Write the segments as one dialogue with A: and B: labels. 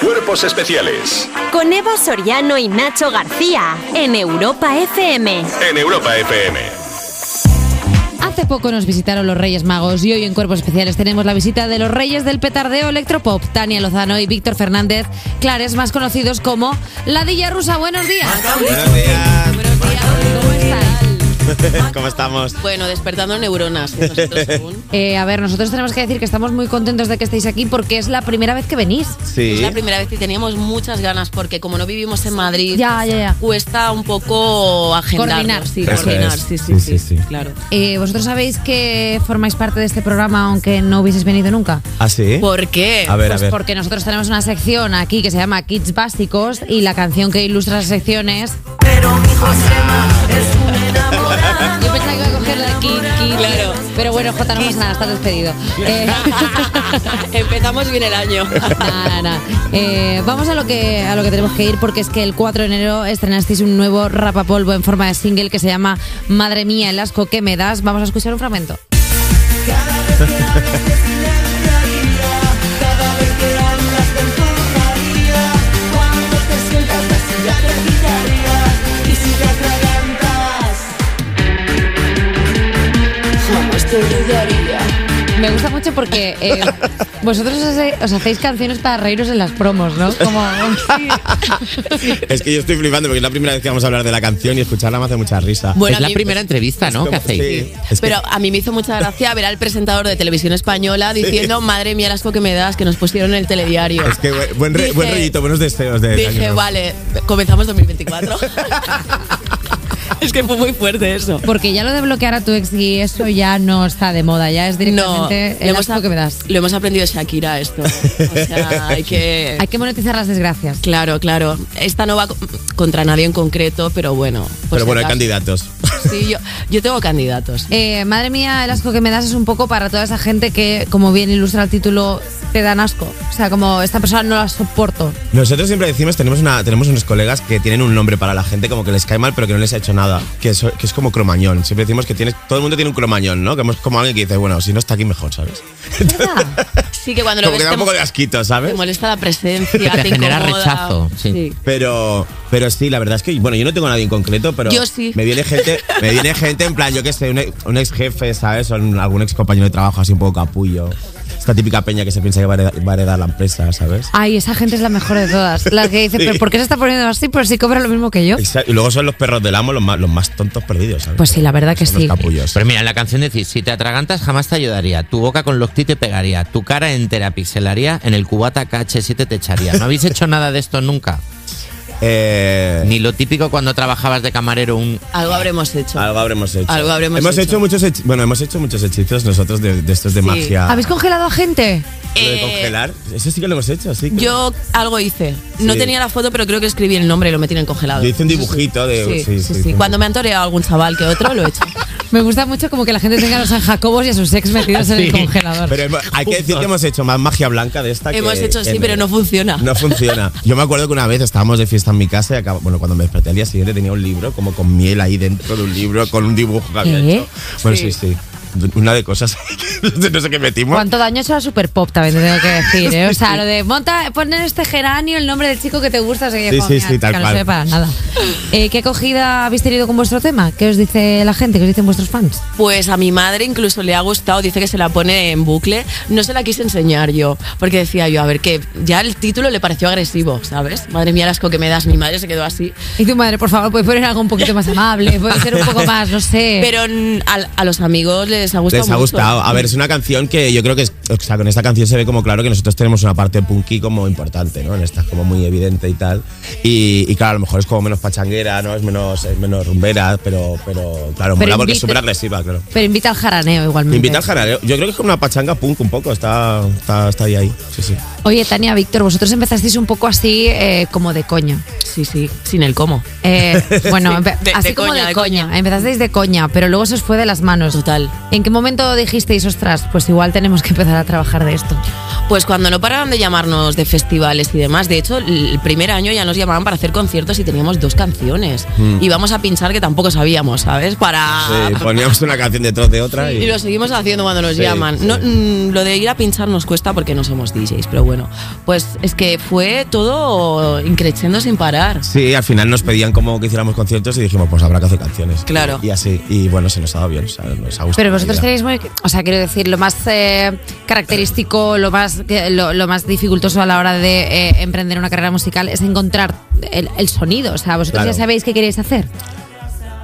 A: Cuerpos especiales.
B: Con Eva Soriano y Nacho García en Europa FM.
A: En Europa FM.
C: Hace poco nos visitaron los Reyes Magos y hoy en Cuerpos Especiales tenemos la visita de los Reyes del Petardeo Electropop, Tania Lozano y Víctor Fernández Clares, más conocidos como Ladilla Rusa. Buenos días.
D: Buenos días.
C: Buenos días, ¿cómo estáis?
D: ¿Cómo estamos?
E: Bueno, despertando neuronas. Pues nosotros según.
C: Eh, a ver, nosotros tenemos que decir que estamos muy contentos de que estéis aquí porque es la primera vez que venís.
E: Es
D: Sí.
E: la primera vez que teníamos muchas ganas porque como no vivimos en Madrid,
C: Ya, ya, ya.
E: cuesta un poco agendarnos.
C: Coordinar.
E: sí,
F: Eso
E: coordinar,
F: es.
E: sí, sí,
F: Sí,
E: sí,
F: sí, sí.
E: claro.
C: Eh, vosotros sabéis que formáis parte de este programa aunque no hubieses venido nunca.
F: ¿Ah, sí?
E: ¿Por qué?
F: A ver, a
C: Pues
F: ver.
C: porque nosotros tenemos una sección aquí que se llama Kids Básicos y la canción que ilustra las secciones. Yo pensaba que iba a coger la de Kid, Kid,
E: Claro.
C: Pero bueno, Jota, no pasa nada, estás despedido. Eh,
E: Empezamos bien el año.
C: Nah, nah, nah. Eh, vamos a lo que a lo que tenemos que ir porque es que el 4 de enero estrenasteis un nuevo rapapolvo en forma de single que se llama Madre mía, el asco que me das. Vamos a escuchar un fragmento. Me gusta mucho porque eh, vosotros os, os hacéis canciones para reíros en las promos, ¿no? Como
F: Es que yo estoy flipando porque es la primera vez que vamos a hablar de la canción y escucharla me hace mucha risa.
E: Bueno,
G: es
E: a
G: la
E: mí-
G: primera entrevista, ¿no?
F: como-
G: que hacéis?
F: sí, es que-
E: Pero a mí me hizo mucha gracia ver al presentador de televisión española diciendo, madre mía, el asco que me das, que nos pusieron en el telediario.
F: Es que bu- buen, re-
E: Dije-
F: buen rollito, buenos deseos de Año
E: Dije,
F: Nuevo.
E: vale, pues comenzamos 2024. es que fue muy fuerte eso.
C: porque ya lo de bloquear a tu ex y eso ya no está de moda, ya es
E: No,
C: directamente
E: lo
C: el
E: hemos
C: asco
E: ap-
C: que me das.
E: Lo hemos aprendido de Shakira esto. O sea, hay que...
C: Hay que monetizar las desgracias.
E: Claro, claro. Esta no va co- contra nadie en concreto, pero bueno. pues
F: Pero bueno, hay
E: acaso.
F: candidatos.
E: Sí, yo, yo tengo candidatos.
C: Eh, madre mía, el asco que me das es un poco para toda esa gente que, como bien ilustra el título, te dan asco. O sea, como esta persona no la soporto.
F: Nosotros siempre decimos, tenemos, una, tenemos unos colegas que tienen un nombre para la gente como que les cae mal pero que no les ha hecho nada, que es, que es como cromañón. Siempre decimos que tienes, todo el mundo tiene un cromañón, ¿no? Que es como alguien que dice, bueno, si no está aquí mejor, ¿sabes?
C: ¿Verdad?
E: Sí que cuando lo
F: Como que
E: ves
F: da
E: te,
F: un poco de ¿eh? asquito, ¿sabes?
E: te molesta la presencia,
G: Que
E: te,
G: te genera
E: incomoda.
G: rechazo, sí.
F: Pero, pero sí, la verdad es que, bueno, yo no tengo a nadie en concreto, pero
E: Yo sí.
F: me viene gente, me viene gente en plan, yo qué sé, un, ex- un ex jefe, ¿sabes? O un- algún ex compañero de trabajo así un poco capullo. Esta típica peña que se piensa que va a heredar, va a heredar la empresa, ¿sabes?
C: Ay, esa gente es la mejor de todas. La que dice, ¿pero por qué se está poniendo así? Pero si cobra lo mismo que yo.
F: Exa- Y luego son los perros del amo los más, los más tontos perdidos, ¿sabes?
C: Pues sí, la verdad que
F: Son los
C: sí.
F: capullos.
G: Pero Pues mira, en la canción decís, si te atragantas jamás te ayudaría, tu boca con los ti te pegaría, tu cara entera pixelaría, en el cubata KH7 te echaría. ¿No habéis hecho nada de esto nunca?
F: Eh,
G: Ni lo típico cuando trabajabas de camarero un...
E: Algo habremos hecho.
F: algo habremos hecho.
E: Algo habremos
F: hemos
E: hecho.
F: hecho. muchos hechi- bueno, hemos hecho muchos hechizos nosotros de, de estos de
E: Sí.
F: magia.
C: ¿Habéis congelado a gente?
F: Lo de
E: Eh,
F: congelar. Eso sí que lo hemos hecho, sí. que-
E: Yo algo hice. No
F: Sí.
E: tenía la foto, pero creo que escribí el nombre y lo metí en el congelador.
F: Yo hice un dibujito de.
E: Sí, sí, sí.
F: hice un-
E: Cuando me han toreado algún chaval que otro, lo he hecho.
C: Me gusta mucho como que la gente tenga a los San Jacobos y a sus ex metidos en el
G: Sí.
C: congelador.
F: Pero hemos- hay que decir que hemos hecho más magia blanca de esta Ah, que-
E: Hemos hecho,
F: que
E: sí, pero no funciona.
F: No funciona. Yo me acuerdo que una vez estábamos de fiesta en mi casa y acabo- bueno, cuando me desperté al día siguiente tenía un libro como con miel ahí dentro de un libro con un dibujo que había
C: ¿Qué?
F: hecho. Bueno, sí,
E: ¿Eh? Sí.
F: sí. Una de cosas que no sé qué metimos.
C: Cuánto daño ha hecho la super pop también te tengo que decir, ¿eh? O sea, lo de monta, poner este geranio, el nombre del chico que te gusta, o sea, que
F: Sí,
C: jo,
F: sí,
C: mira,
F: sí, tal
C: chica, no
F: cual.
C: sirve para nada. Eh, ¿Qué acogida habéis tenido con vuestro tema? ¿Qué os dice la gente? ¿Qué os dicen vuestros fans?
E: Pues a mi madre incluso le ha gustado, dice que se la pone en bucle. No se la quise enseñar yo, porque decía yo, a ver, que ya el título le pareció agresivo, ¿sabes? Madre mía, el asco que me das, mi madre se quedó así.
C: Y tu madre, por favor, puedes poner algo un poquito más amable, puedes ser un poco más, no sé.
E: Pero mm, al- a, los amigos les ha gustado.
F: Eh. Les ha
E: mucho.
F: gustado. A ver, es una canción que yo creo que, es- o sea, con esta canción se ve como claro que nosotros tenemos una parte punky como importante, ¿no? En esta es como muy evidente y tal. Y, y claro, a lo mejor es como menos pachanguera, ¿no? Es menos, es menos rumbera, pero, pero claro, mola porque es
C: invita-
F: súper agresiva, claro.
C: Pero invita al jaraneo igualmente.
F: Me invita al janareo. Yo creo que es como una pachanga punk un poco, está, está, está ahí, ahí. Sí, sí.
C: Oye, Tania, Víctor, vosotros empezasteis un poco así eh, como de coño.
E: Sí, sí, sin el cómo.
C: Eh, bueno, empe-
E: de-
C: así
E: de
C: como
E: coña,
C: de,
E: de
C: coña. Empezasteis de coña, pero luego se os fue de las manos.
E: Total.
C: ¿En qué momento dijisteis, ostras, pues igual tenemos que empezar a trabajar de esto?
E: Pues cuando no paraban de llamarnos de festivales y demás, de hecho, el primer año ya nos llamaban para hacer conciertos y teníamos dos canciones.
F: Mm.
E: Íbamos a pinchar que tampoco sabíamos, ¿sabes? Para...
F: Ah. Sí, poníamos una canción detrás de otra y...
E: Y lo seguimos haciendo cuando nos
F: Sí,
E: llaman.
F: sí.
E: No, mm, lo de ir a pinchar nos cuesta porque no somos DJs, pero bueno. Pues es que fue todo increciendo sin parar.
F: Sí, al final nos pedían como que hiciéramos conciertos y dijimos, pues habrá que hacer canciones.
E: Claro.
F: Y así, y bueno, se nos ha dado bien, o sea, nos ha gustado.
C: Pero
F: la
C: vosotros
F: idea.
C: tenéis muy. O sea, quiero decir, lo más eh, característico, lo más, que- lo, lo más dificultoso a la hora de eh, emprender una carrera musical es encontrar el, el sonido. O sea, vosotros
F: Claro.
C: ya sabéis qué queréis hacer.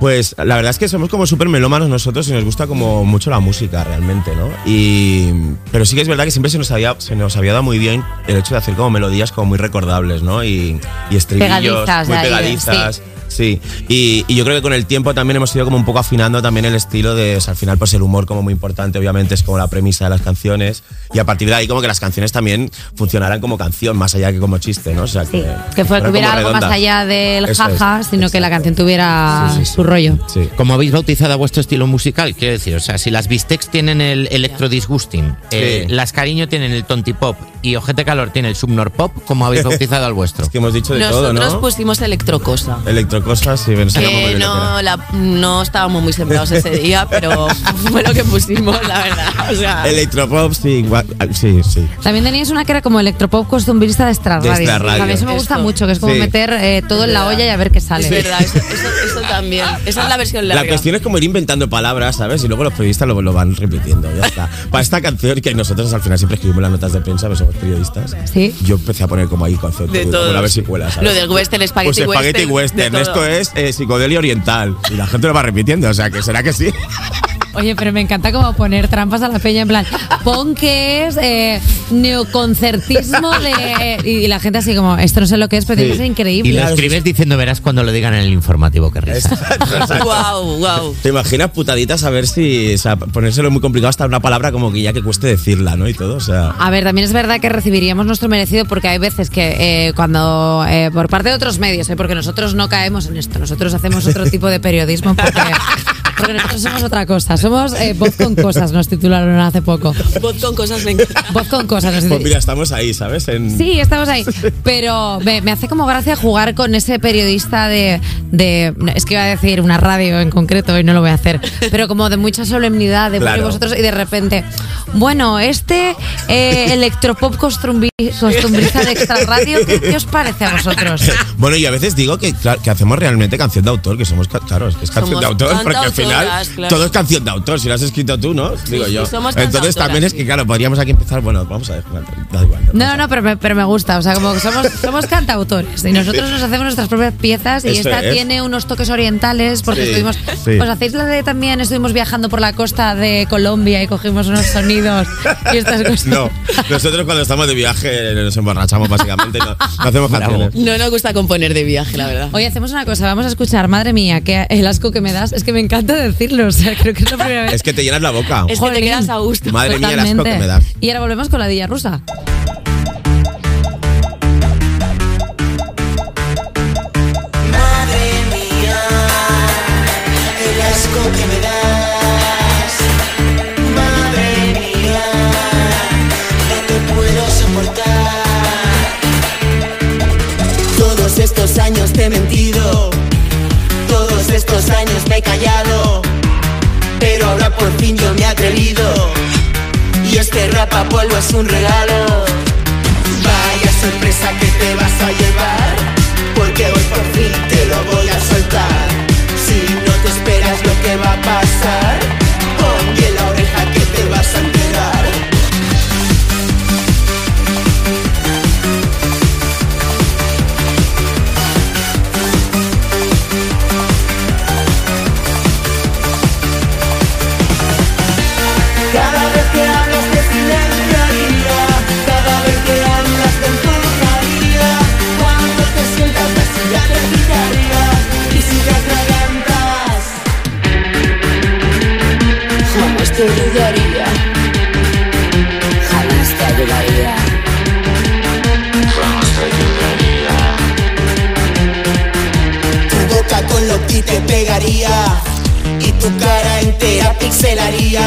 F: Pues la verdad es que somos como súper melómanos nosotros y nos gusta como mucho la música realmente, ¿no? Y, pero sí que es verdad que siempre se nos, había, se nos había dado muy bien el hecho de hacer como melodías como muy recordables, ¿no? Y, y estribillos,
C: Pegadizas,
F: muy
C: ahí,
F: pegadizas.
C: sí.
F: Sí, y, y yo creo que con el tiempo también hemos ido como un poco afinando también el estilo de, o sea, al final pues el humor como muy importante, obviamente es como la premisa de las canciones y a partir de ahí como que las canciones también funcionaran como canción, más allá que como chiste, ¿no? O sea,
C: Sí. Que, fue, que
F: fueran
C: hubiera
F: como
C: algo más
F: redondas.
C: allá del
F: Eso es,
C: jaja, sino que la
F: exacto.
C: canción tuviera
F: Sí, sí, sí.
C: su rollo.
F: Sí.
G: Como habéis bautizado a vuestro estilo musical, quiero decir, o sea, si las bistecs tienen el electro disgusting, eh,
F: Sí.
G: las cariño tienen el tontipop y ojete calor tiene el subnor pop, como habéis bautizado al vuestro.
F: Es que hemos dicho de
E: Nosotros
F: todo, ¿no? Eh,
E: pusimos electrocosa.
F: Electrocosas y pensamos
E: Que no, la- no estábamos muy sembrados ese día, pero fue lo que pusimos, la verdad. O sea,
F: Electropop, sí, gua- ah, sí, sí.
C: También teníais una que era como electropop costumbrista de Star
F: De
C: Radio.
F: Extra Radio.
C: A mí eso me gusta
E: Esto.
C: mucho, que es como
F: Sí.
C: meter eh, todo en la olla y a ver qué sale.
E: es verdad, eso, eso- eso también. Esa es la versión larga.
F: La cuestión es como ir inventando palabras, ¿sabes? Y luego los periodistas lo, lo van repitiendo, ya está. Para esta canción que nosotros al final siempre escribimos las notas de prensa, pero somos periodistas.
C: Sí.
F: Yo empecé a poner como ahí conceptos,
E: De
F: como
E: todo.
F: la versicuela, ¿sabes?
E: Lo del western,
F: Pues
E: espagueti
F: espagueti western,
E: de todo.
F: esto es eh, psicodelia oriental. Y la gente lo va repitiendo, o sea, que será que sí.
C: Oye, pero me encanta como poner trampas a la peña en plan, pon que es eh, neoconcertismo de... Y la gente así como, esto no sé lo que es, pero tiene que
F: Sí.
C: ser increíble.
G: Y lo
F: Claro,
G: escribes diciendo, verás cuando lo digan en el informativo, que risa.
F: Exacto, exacto.
E: Guau, guau.
F: ¿Te imaginas putaditas a ver si, o sea, ponérselo muy complicado hasta una palabra como que ya que cueste decirla, ¿no? Y todo, o sea.
C: A ver, también es verdad que recibiríamos nuestro merecido porque hay veces que eh, cuando eh, por parte de otros medios, eh, porque nosotros no caemos en esto, nosotros hacemos otro tipo de periodismo porque, porque nosotros somos otra cosa, somos eh, voz con cosas, nos titularon hace poco.
E: Voz con cosas me encanta.
C: Voz con cosas, nos
F: Pues
C: titularon.
F: mira, estamos ahí, ¿sabes? En,
C: Sí, estamos ahí. Pero me, me hace como gracia jugar con ese periodista de, de- Es que iba a decir una radio en concreto y no lo voy a hacer. Pero como de mucha solemnidad, de bueno,
F: Claro.
C: vosotros y de repente. Bueno, este eh, electropop costumbi- costumbrista de extra radio, ¿qué, qué os parece a vosotros?
F: Bueno, y a veces digo que, claro, que hacemos realmente canción de autor, que somos, ca- claro, es que es canción
E: Somos
F: de autor, porque al final
E: cantautoras, claro.
F: todo es canción de autor, si lo has escrito tú, ¿no? Digo
E: sí,
F: yo.
E: somos cantautoras,
F: Entonces también es
E: sí.
F: que, claro, podríamos aquí empezar, bueno, vamos a ver, da igual.
C: No, no, no, pero me, pero me gusta. O sea, como que somos, somos cantautores y nosotros nos hacemos nuestras propias piezas y
F: Eso
C: esta
F: es.
C: tiene unos toques orientales porque
F: Sí,
C: estuvimos.
F: sí.
C: Os hacéis la de también estuvimos viajando por la costa de Colombia y cogimos unos sonidos y estas cosas.
F: No, nosotros cuando estamos de viaje nos emborrachamos básicamente, no, no hacemos canciones.
E: No nos gusta componer de viaje, la verdad.
C: Oye, hacemos una cosa, vamos a escuchar, madre mía, que el asco que me das, es que me encanta decirlo, o sea, creo que es la primera vez.
F: Es que te llenas la boca.
E: Es que
C: Jolín.
E: te quedas a gusto.
F: Madre mía, el asco
C: Totalmente.
F: que me das.
C: Y ahora volvemos con la Dilla Rusa.
H: Madre mía, el asco que me das. Madre mía, no te puedo soportar. Todos estos años te he mentido. Todos estos años me he callado. Pero ahora por fin yo me he atrevido. Y este rapapolvo es un regalo. Vaya sorpresa que te vas a llevar, porque hoy por fin te lo voy a soltar. Si no te esperas lo que va a pasar, pon bien la oreja que te vas a enterar. Cada vez que hablas te silenciaría Cada vez que hablas te empujaría Cuando te sientas así ya te gritarías Y si te atragantas Jamás te olvidaría Jamás te ayudaría Jamás te ayudaría Tu boca con lo que te pegaría Y tu cara entera pixelaría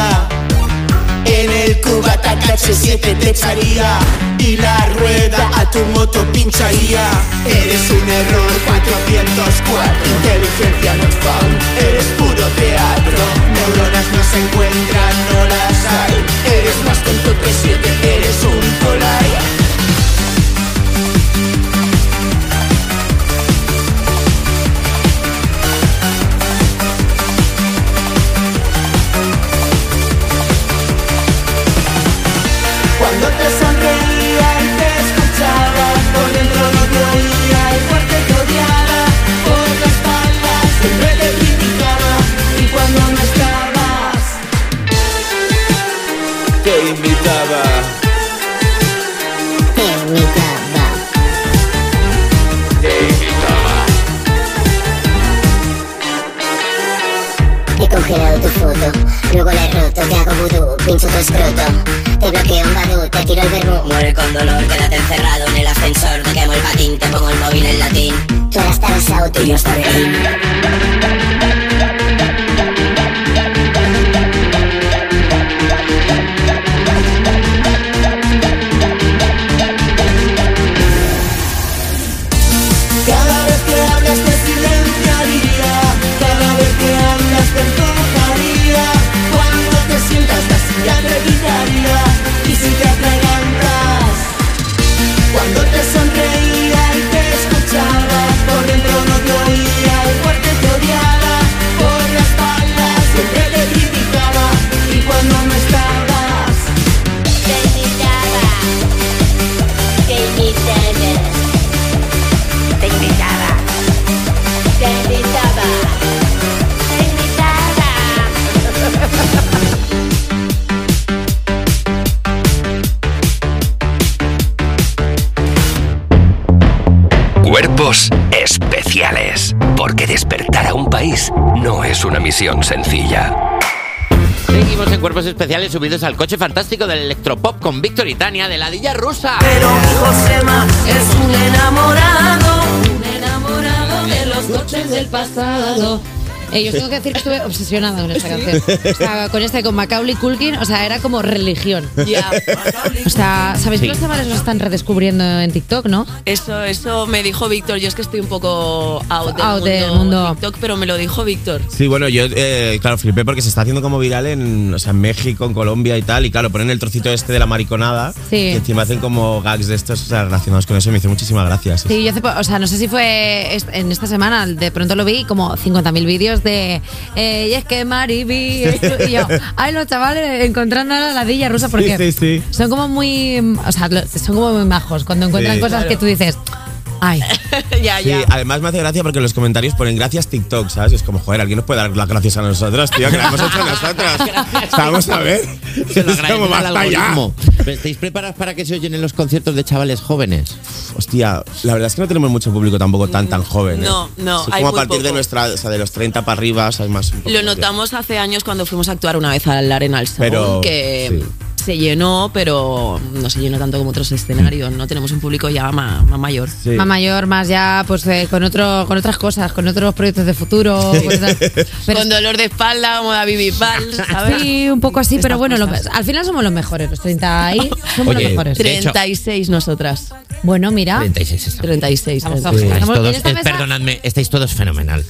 H: en el cubata KH7 te echaría y la rueda a tu moto pincharía. Eres un error 404, inteligencia no found, eres puro teatro. Neuronas no se encuentran, no las hay. Eres más tonto que siete, eres un polai. Cuando te sonreía y te escuchaba, por dentro no te oía y fuerte te odiaba, por la espalda siempre te criticaba y cuando no estabas
D: Te invitaba.
H: te imitaba.
I: He congelado tu foto, luego la he roto, te hago vudú, pincho tu escroto. Te bloqueo un badú, te tiro el vermú.
J: Muere con dolor, quédate encerrado en el ascensor, te quemo el patín, te pongo el móvil en latín.
I: Tú ahora estarás out
J: Tú
I: y
J: y yo estaré ahí.
H: Cada vez que hablas te silenciaría, cada vez que hablas te empujaría, cuando te sientas casi ya te gritaría, y si te atragantas, cuando te sonreía y te escuchaba, por dentro no te oía y fuerte te odiaba, por la espalda siempre te criticaba, y cuando no estabas,
I: te invitaba, te invitaba, te invitaba, te invitaba, te invitaba.
K: Cuerpos especiales. Porque despertar a un país no es una misión sencilla.
G: Seguimos en cuerpos especiales subidos al coche fantástico del electropop con Víctor y Tania de la Dilla Rusa.
F: Eh,
J: Pero mi Josema es un enamorado, un enamorado de los coches del
C: pasado. Eh, yo os tengo que decir que estuve obsesionada con esta canción. O sea, con esta y con Macaulay Culkin, o sea, era como religión.
E: Ya.
C: O sea, ¿sabéis
G: Sí.
C: que los chavales los están redescubriendo en TikTok, no?
E: Eso, eso me dijo Víctor. Yo es que estoy un poco out, del,
C: Out
E: mundo
C: del mundo.
E: TikTok, pero me lo dijo Víctor.
F: Sí, bueno, yo, eh, claro, flipé porque se está haciendo como viral en, o sea, en México, en Colombia y tal. Y claro, ponen el trocito este de la mariconada.
C: Sí.
F: Y encima hacen como gags de estos o sea, relacionados con eso. Y me hizo muchísimas gracias.
C: Sí, yo hace po- o sea, no sé si fue est- en esta semana, de pronto lo vi como 50.000 vídeos de eh, y es que Mariby y yo, ay los chavales encontrando a la ladilla rusa porque
F: sí, sí.
C: son como muy, o sea, lo- son como muy majos cuando encuentran
F: Sí.
C: cosas que tú dices, ay,
E: ya,
F: Sí, ah,
E: ya.
F: además me hace gracia porque en los comentarios ponen gracias TikTok, ¿sabes? Y es como, joder, alguien nos puede dar las gracias a nosotros, tío, que la hemos hecho nosotras. Vamos a ver.
G: Se lo
F: Es como,
G: agradecen al
F: basta ya.
G: algoritmo. ¿Estáis preparados para que se oyen en los conciertos de chavales jóvenes?
F: Hostia, la verdad es que no tenemos mucho público tampoco tan tan joven. ¿eh?
E: No, no,
F: Sí,
E: hay
F: como a
E: muy
F: partir de
E: poco.
F: nuestra, o sea, de los 30 para arriba, o sea, hay más. un poco
E: Lo
F: más de-
E: notamos hace años cuando fuimos a actuar una vez al Arenal Sound,
F: Pero,
E: que se llenó, pero no se llenó tanto como otros escenarios. No tenemos un público ya ma- más, mayor.
F: Sí.
C: más mayor, más ya, pues eh, con otro, con otras cosas, con otros proyectos de futuro, cosas- pero
E: Con dolor de espalda, como David Bisbal, ¿sabes?
C: sí, un poco así,
E: Estas
C: pero bueno, lo-
E: cosas.
C: al final somos los mejores, los 30 ahí, somos
G: Oye,
C: los mejores.
G: de hecho-
E: 36 nosotras.
C: Bueno, mira.
G: 36 estamos.
E: 36.
C: Vamos a-
G: Estáis
C: Estamos-
G: todos-
C: en esta
G: eh,
C: mesa-
G: perdonadme, estáis todos fenomenal.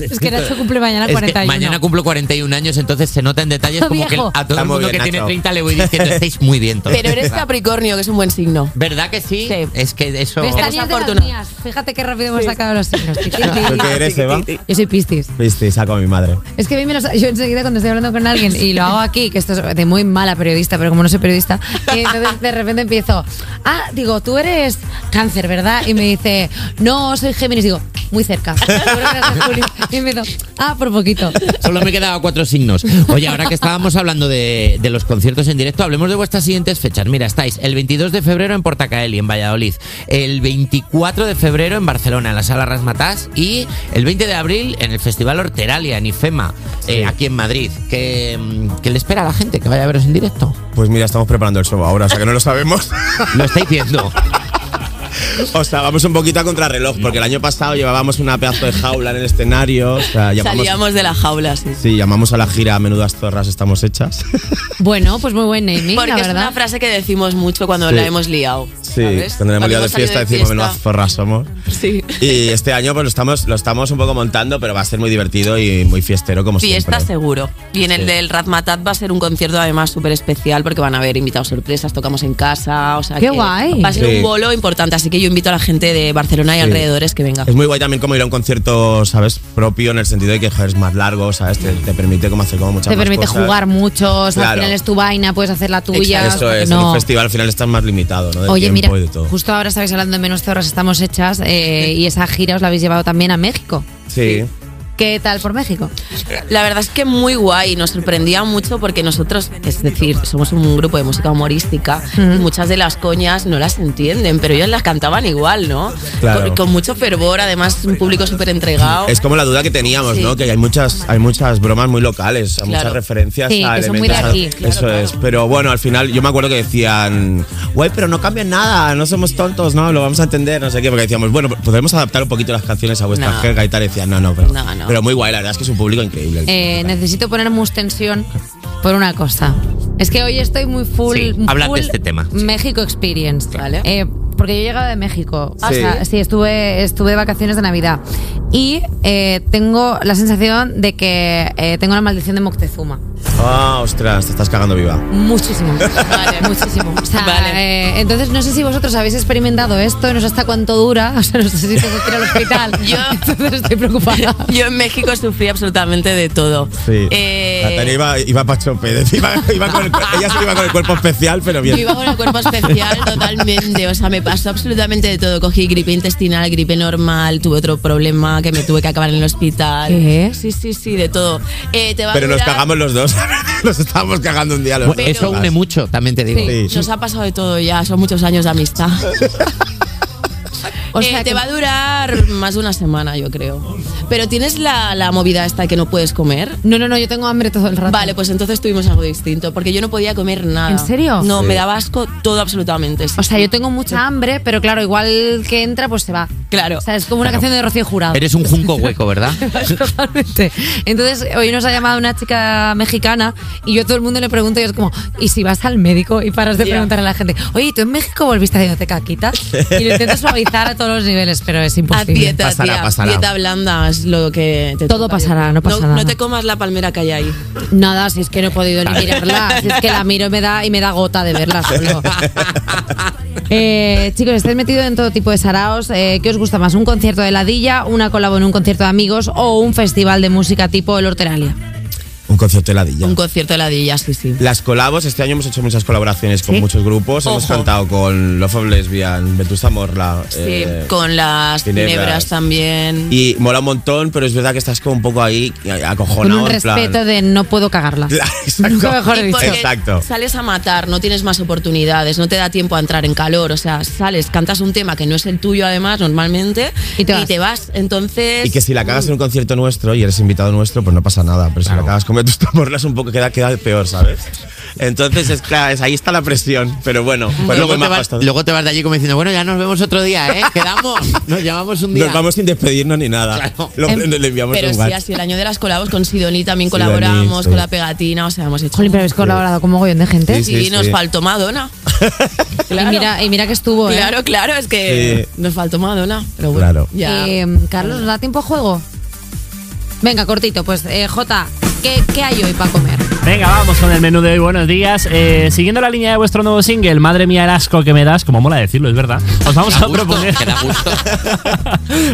C: Es que Nacho cumple mañana
G: Es que
C: 41.
G: mañana cumplo 41 años, entonces se nota en detalles
C: Todo
G: como que
C: viejo.
G: a todo
F: Está
G: el
F: muy
G: mundo
F: bien,
G: que tiene
F: Nacho.
G: 30 le voy diciendo estáis muy bien todos.
E: Pero eres Capricornio, que es un buen signo.
G: ¿Verdad que sí?
E: Sí.
G: Es que eso...
C: ¿Ves, Daniel,
E: Eres
C: de las
E: afortunado.
C: mías? Fíjate qué rápido hemos sacado los signos. Tic, tic,
F: ¿Tú qué
C: tic.
F: eres, Eva?
C: Yo soy Piscis.
F: Viste, Este, saco a mi madre.
C: Es que a mí me los- yo enseguida cuando estoy hablando con alguien y lo hago aquí, que esto es de muy mala periodista, pero como no soy periodista, eh, entonces de repente empiezo, ah, digo, tú eres cáncer, ¿verdad? Y me dice, no, soy Géminis, digo, muy cerca. Seguro que eres Julio. Y empiezo, ah, por poquito.
G: Solo me quedaba cuatro signos. Oye, ahora que estábamos hablando de, de los conciertos en directo, hablemos de vuestras siguientes fechas. Mira, estáis el 22 de febrero en Portacaeli, en Valladolid. El 24 de febrero en Barcelona, en la Sala Rasmatás. Y el 20 de abril en el Festival Horteralia, en IFEMA, eh, aquí en Madrid. ¿Qué, mm, qué le espera a la gente que vaya a veros en directo?
F: Pues mira, estamos preparando el show ahora, o sea que no lo sabemos.
G: Lo estáis viendo.
F: O sea, vamos un poquito a contrarreloj, porque el año pasado llevábamos una pedazo de jaula en el escenario. O sea, llamamos,
E: Salíamos de la jaula, sí.
F: sí, llamamos a la gira Menudas Zorras Estamos Hechas.
C: Bueno, pues muy buen naming,
E: Porque
C: la
E: es una
C: verdad.
E: frase que decimos mucho cuando
F: Sí.
E: la hemos liado.
F: Sí,
E: ¿sabes?
F: cuando
E: Cuando
F: hemos liado de
E: hemos salido
F: fiesta
E: de
F: decimos
E: fiesta.
F: Menudas Zorras somos.
E: Sí.
F: Y este año pues lo estamos, lo estamos un poco montando, pero va a ser muy divertido y muy fiestero como
E: Fiesta
F: siempre.
E: seguro. Y en el
F: Sí.
E: del Razmatat va a ser un concierto además súper especial porque van a haber invitados sorpresas, tocamos en casa, o sea
C: ¡Qué
E: que
C: guay!
E: Va a ser
F: Sí.
E: un bolo importante, así que yo invito a la gente de Barcelona y
F: Sí.
E: alrededores que venga.
F: Es muy guay también como ir a un concierto, ¿sabes? Propio en el sentido de que joder, es más largo, ¿sabes? Te, te permite como hacer como muchas
C: Te
F: más
C: permite
F: cosas.
C: jugar mucho, o sea, al
F: Claro.
C: final es tu vaina, puedes hacer la tuya. o
F: Eso
C: sea, que
F: es, en
C: no.
F: un festival al final estás más limitado, ¿no? De
C: Oye, mira,
F: tiempo y de todo.
C: justo ahora estáis hablando de Menos Zorras Estamos Hechas eh, y esa gira os la habéis llevado también a México.
F: Sí.
C: ¿Qué tal por México?
E: La verdad es que muy guay, nos sorprendía mucho porque nosotros, es decir, somos un grupo de música humorística y muchas de las coñas no las entienden, pero ellas las cantaban igual, ¿no?
F: Claro.
E: Con, con mucho fervor, además un público súper entregado.
F: Es como la duda que teníamos,
E: Sí.
F: ¿no? Que hay muchas, hay muchas bromas muy locales, a muchas
E: Claro.
F: referencias
C: Sí,
F: a
C: que son muy
F: elementos.
C: de aquí.
F: a- Eso es. Pero bueno, al final yo me acuerdo que decían, guay, pero no cambian nada, no somos tontos, no, lo vamos a entender, no sé qué. Porque decíamos, bueno, podemos adaptar un poquito las canciones a vuestra
E: No.
F: jerga y tal. Y decían, no, no, pero,
E: No, no.
F: pero muy guay, la verdad es que es un público increíble.
C: Eh, necesito poner mus tensión por una cosa. Es que hoy estoy muy full.
G: Sí, hablad de
C: full
G: este tema.
C: México Experience.
E: Vale.
C: Eh, porque yo he llegado de México.
F: Ah,
C: O sea,
F: sí.
C: sí, estuve, estuve de vacaciones de Navidad. Y eh, tengo la sensación de que eh, tengo la maldición de Moctezuma.
F: Ah, ostras, te estás cagando viva.
C: Muchísimo.
E: Vale.
C: Muchísimo. O sea,
E: Vale.
C: eh, entonces no sé si vosotros habéis experimentado esto, no sé hasta cuánto dura, o sea, no sé si tengo que ir al hospital.
E: Yo-
C: entonces estoy preocupada.
E: Yo en México sufrí absolutamente de todo.
F: Sí.
E: Eh,
F: Natalia iba, iba pa' chope, decía, iba, iba con el cuer- ella se iba con el cuerpo especial, pero bien.
E: Yo iba con el cuerpo especial totalmente, o sea, me pasó absolutamente de todo. Cogí gripe intestinal, gripe normal, tuve otro problema que me tuve que acabar en el hospital.
C: ¿Qué?
E: Sí, sí, sí, de todo. Eh, te va a
F: Pero nos
E: durar-
F: cagamos los dos. Nos estábamos cagando un día los
G: Bueno,
F: dos.
G: Eso une mucho, también te digo.
F: Sí.
E: Nos ha pasado de todo ya, son muchos años de amistad.
C: O
E: Eh,
C: sea,
E: te
C: que-
E: va a durar más de una semana, yo creo. Pero tienes la, la movida esta que no puedes comer.
C: No, no, no, yo tengo hambre todo el rato.
E: Vale, pues entonces tuvimos algo distinto, porque yo no podía comer nada.
C: ¿En serio?
E: No,
F: Sí.
E: me daba asco todo absolutamente. sí,
C: O sea,
E: sí.
C: yo tengo mucha hambre, pero claro, igual que entra, pues se va.
E: Claro.
C: O sea, es como una canción de Rocío Jurado.
G: Eres un junco hueco, ¿verdad?
F: Pues
C: Totalmente. Entonces, hoy nos ha llamado una chica mexicana y yo a todo el mundo le pregunto y es como, ¿y si vas al médico y paras de
E: Ya.
C: preguntar a la gente? Oye, ¿tú en México volviste haciéndote caquitas? Y lo intento suavizar a todos los niveles, pero es
E: A
C: imposible.
E: Ah, dieta,
F: Pasará,
E: tía.
F: pasará.
E: Dieta blanda es lo que te
C: Todo
E: toca.
C: pasará, no pasa
E: no,
C: nada.
E: No te comas la palmera que hay ahí.
C: Nada, si es que no he podido ni mirarla. Si es que la miro y me da, y me da gota de verla solo. Eh, chicos, estáis metidos en todo tipo de saraos. eh, ¿Qué os gusta más? ¿Un concierto de ladilla, una colabo en un concierto de amigos o un festival de música tipo el Horteralia?
F: Un concierto de ladilla.
E: Un concierto de ladilla, sí, sí.
F: Las colabos, este año hemos hecho muchas colaboraciones con
C: Sí.
F: muchos grupos. Hemos
E: Ojo.
F: cantado con Love of Lesbian, Vetusta Morla.
E: Sí,
F: eh,
E: con las
F: Ginebras.
E: tenebras también.
F: Y mola un montón, pero es verdad que estás como un poco ahí eh,
C: Con
F: acojonado.
C: un
F: en plan-
C: respeto de no puedo cagarla.
F: Claro, exacto.
C: Nunca mejor
E: Y
C: dicho.
E: porque
F: Exacto.
E: Sales a matar, no tienes más oportunidades, no te da tiempo a entrar en calor. O sea, sales, cantas un tema que no es el tuyo, además, normalmente,
C: Y te vas.
E: Entonces.
F: Y que si la cagas en un concierto nuestro y eres invitado nuestro, pues no pasa nada. Pero si la cagas con Vetusta Morla es un poco queda, queda peor, ¿sabes? Entonces, es, claro, es- ahí está la presión. Pero bueno, pues
G: luego, te
F: me ha
G: vas,
F: costado.
G: luego te vas de allí como diciendo, bueno, ya nos vemos otro día, ¿eh? Quedamos, nos llamamos un día.
F: Nos vamos sin despedirnos ni nada.
G: Claro.
F: Lo- le, le enviamos
E: Em, pero
F: un
E: sí,
F: WhatsApp.
E: así el año de las colabos con Sidoní también
F: Sidoní,
E: colaboramos,
F: sí.
E: con la pegatina, o sea, hemos hecho.
C: Jolín, pero habéis colaborado con mogollón de gente.
F: Sí, sí.
E: y nos faltó Madonna.
C: Y, mira, y mira que estuvo, ¿eh?
E: Claro, claro, es que nos faltó Madonna. Pero bueno,
F: Claro.
E: ya.
C: Eh, Carlos, ¿nos da tiempo a juego? Venga, cortito, pues eh, Jota, ¿qué, ¿qué hay hoy para comer?
L: Venga, vamos con el menú de hoy. Buenos días. Eh, siguiendo la línea de vuestro nuevo single, Madre mía, el asco que me das, como mola decirlo, es verdad. Os vamos
G: Da
L: a
G: gusto,
L: proponer.
G: que da gusto.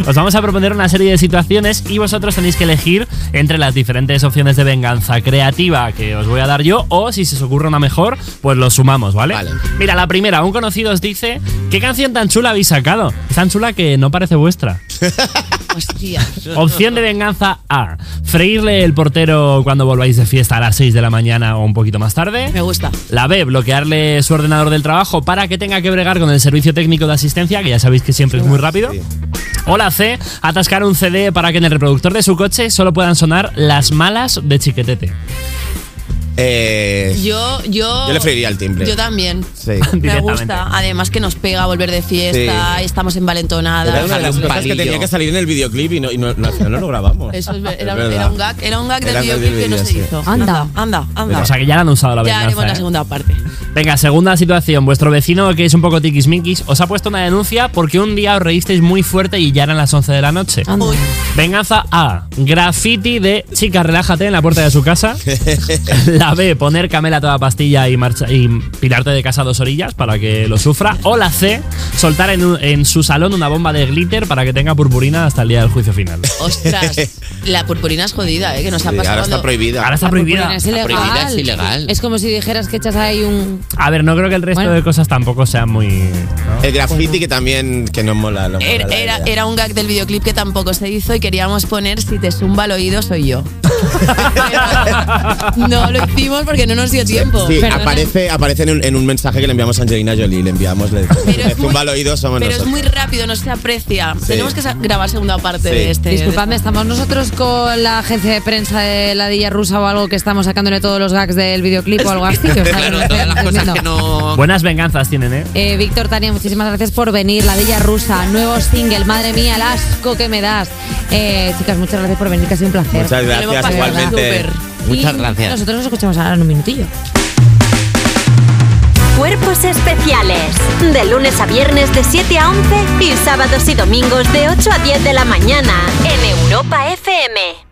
L: Os vamos a proponer una serie de situaciones y vosotros tenéis que elegir entre las diferentes opciones de venganza creativa que os voy a dar yo o si se os ocurre una mejor, pues lo sumamos, ¿vale?
G: Vale.
L: Mira, la primera, un conocido os dice, ¿qué canción tan chula habéis sacado? Es tan chula que no parece vuestra.
E: Hostia.
L: Opción de venganza A, freírle el portero cuando volváis de fiesta a las 6 de la mañana o un poquito más tarde.
E: Me gusta.
L: La B, bloquearle su ordenador del trabajo para que tenga que bregar con el servicio técnico de asistencia, que ya sabéis que siempre es muy rápido. O la C, atascar un CD para que en el reproductor de su coche solo puedan sonar las malas de chiquetete.
F: eh,
E: Yo, yo.
F: Yo le freiría el timbre.
E: Yo también.
F: Sí.
E: Me
F: Directamente.
E: gusta. Además que nos pega volver de fiesta,
F: Sí.
E: estamos
F: Era
E: envalentonadas.
F: una de las cosas que tenía que salir en el videoclip y no, y no, no, al final no lo grabamos.
E: Eso es ver-
F: Es
E: era,
F: verdad.
E: era un gag, era un gag del
F: Era
E: videoclip
F: del
E: que no
F: vídeo,
E: se
F: sí.
E: hizo. Anda, anda, anda.
L: O sea que ya la han usado la
E: ya haremos
L: venganza.
E: la
L: ¿eh?
E: segunda parte.
L: Venga, segunda situación. Vuestro vecino, que es un poco tiquismiquis, os ha puesto una denuncia porque un día os reísteis muy fuerte y ya eran las 11 de la noche. Venganza A. Graffiti de chica, relájate en la puerta de su casa. la B. Poner camela a toda pastilla y, marcha- y pirarte de casa a dos orillas para que lo sufra. O la C. Soltar en, un- en su salón una bomba de glitter para que tenga purpurina hasta el día del juicio final.
E: Ostras, la purpurina es jodida, ¿eh? Que nos ha
L: Sí,
E: pasado.
L: ahora está
E: cuando-
L: prohibida. Ahora está
E: Ah, La
L: prohibida.
E: purpurina
C: Es
E: está
C: ilegal.
E: prohibida, es ilegal.
C: Es como si dijeras que echas ahí un.
L: A ver, no creo que el resto
C: Bueno.
L: de cosas tampoco sean muy.
F: El graffiti que también que no mola. no mola
E: Era,
F: la
E: era-
F: idea.
E: era un gag del videoclip que tampoco se hizo y queríamos poner si te zumba el oído soy yo. Pero no lo hicimos porque no nos dio tiempo.
F: Sí,
E: Perdona.
F: aparece, aparece en, un, en un mensaje que le enviamos a Angelina Jolie. Le enviamos, le decimos,
E: Pero es muy-
F: zumba al oído, somos
E: Pero es
F: nosotros.
E: muy rápido, no se aprecia.
F: Sí.
E: Tenemos que sa- grabar segunda parte
F: Sí.
E: de este.
C: Disculpadme, ¿estamos nosotros con la agencia de prensa de la Dilla Rusa o algo que estamos sacándole todos los gags del videoclip o algo así? Que os
L: Claro, todas las cosas que no. Buenas venganzas tienen, ¿eh?
C: Eh, Víctor Tania, muchísimas gracias por venir. La Dilla Rusa, nuevo single. Madre mía, el asco que me das. Eh, chicas, muchas gracias por venir, que ha sido un placer.
F: Muchas
E: este-
C: De verdad.
F: gracias, igualmente.
C: Y Nosotros nos escuchamos ahora en un minutillo.
B: Cuerpos especiales. De lunes a viernes de 7 a 11 y sábados y domingos de 8 a 10 de la mañana en Europa FM.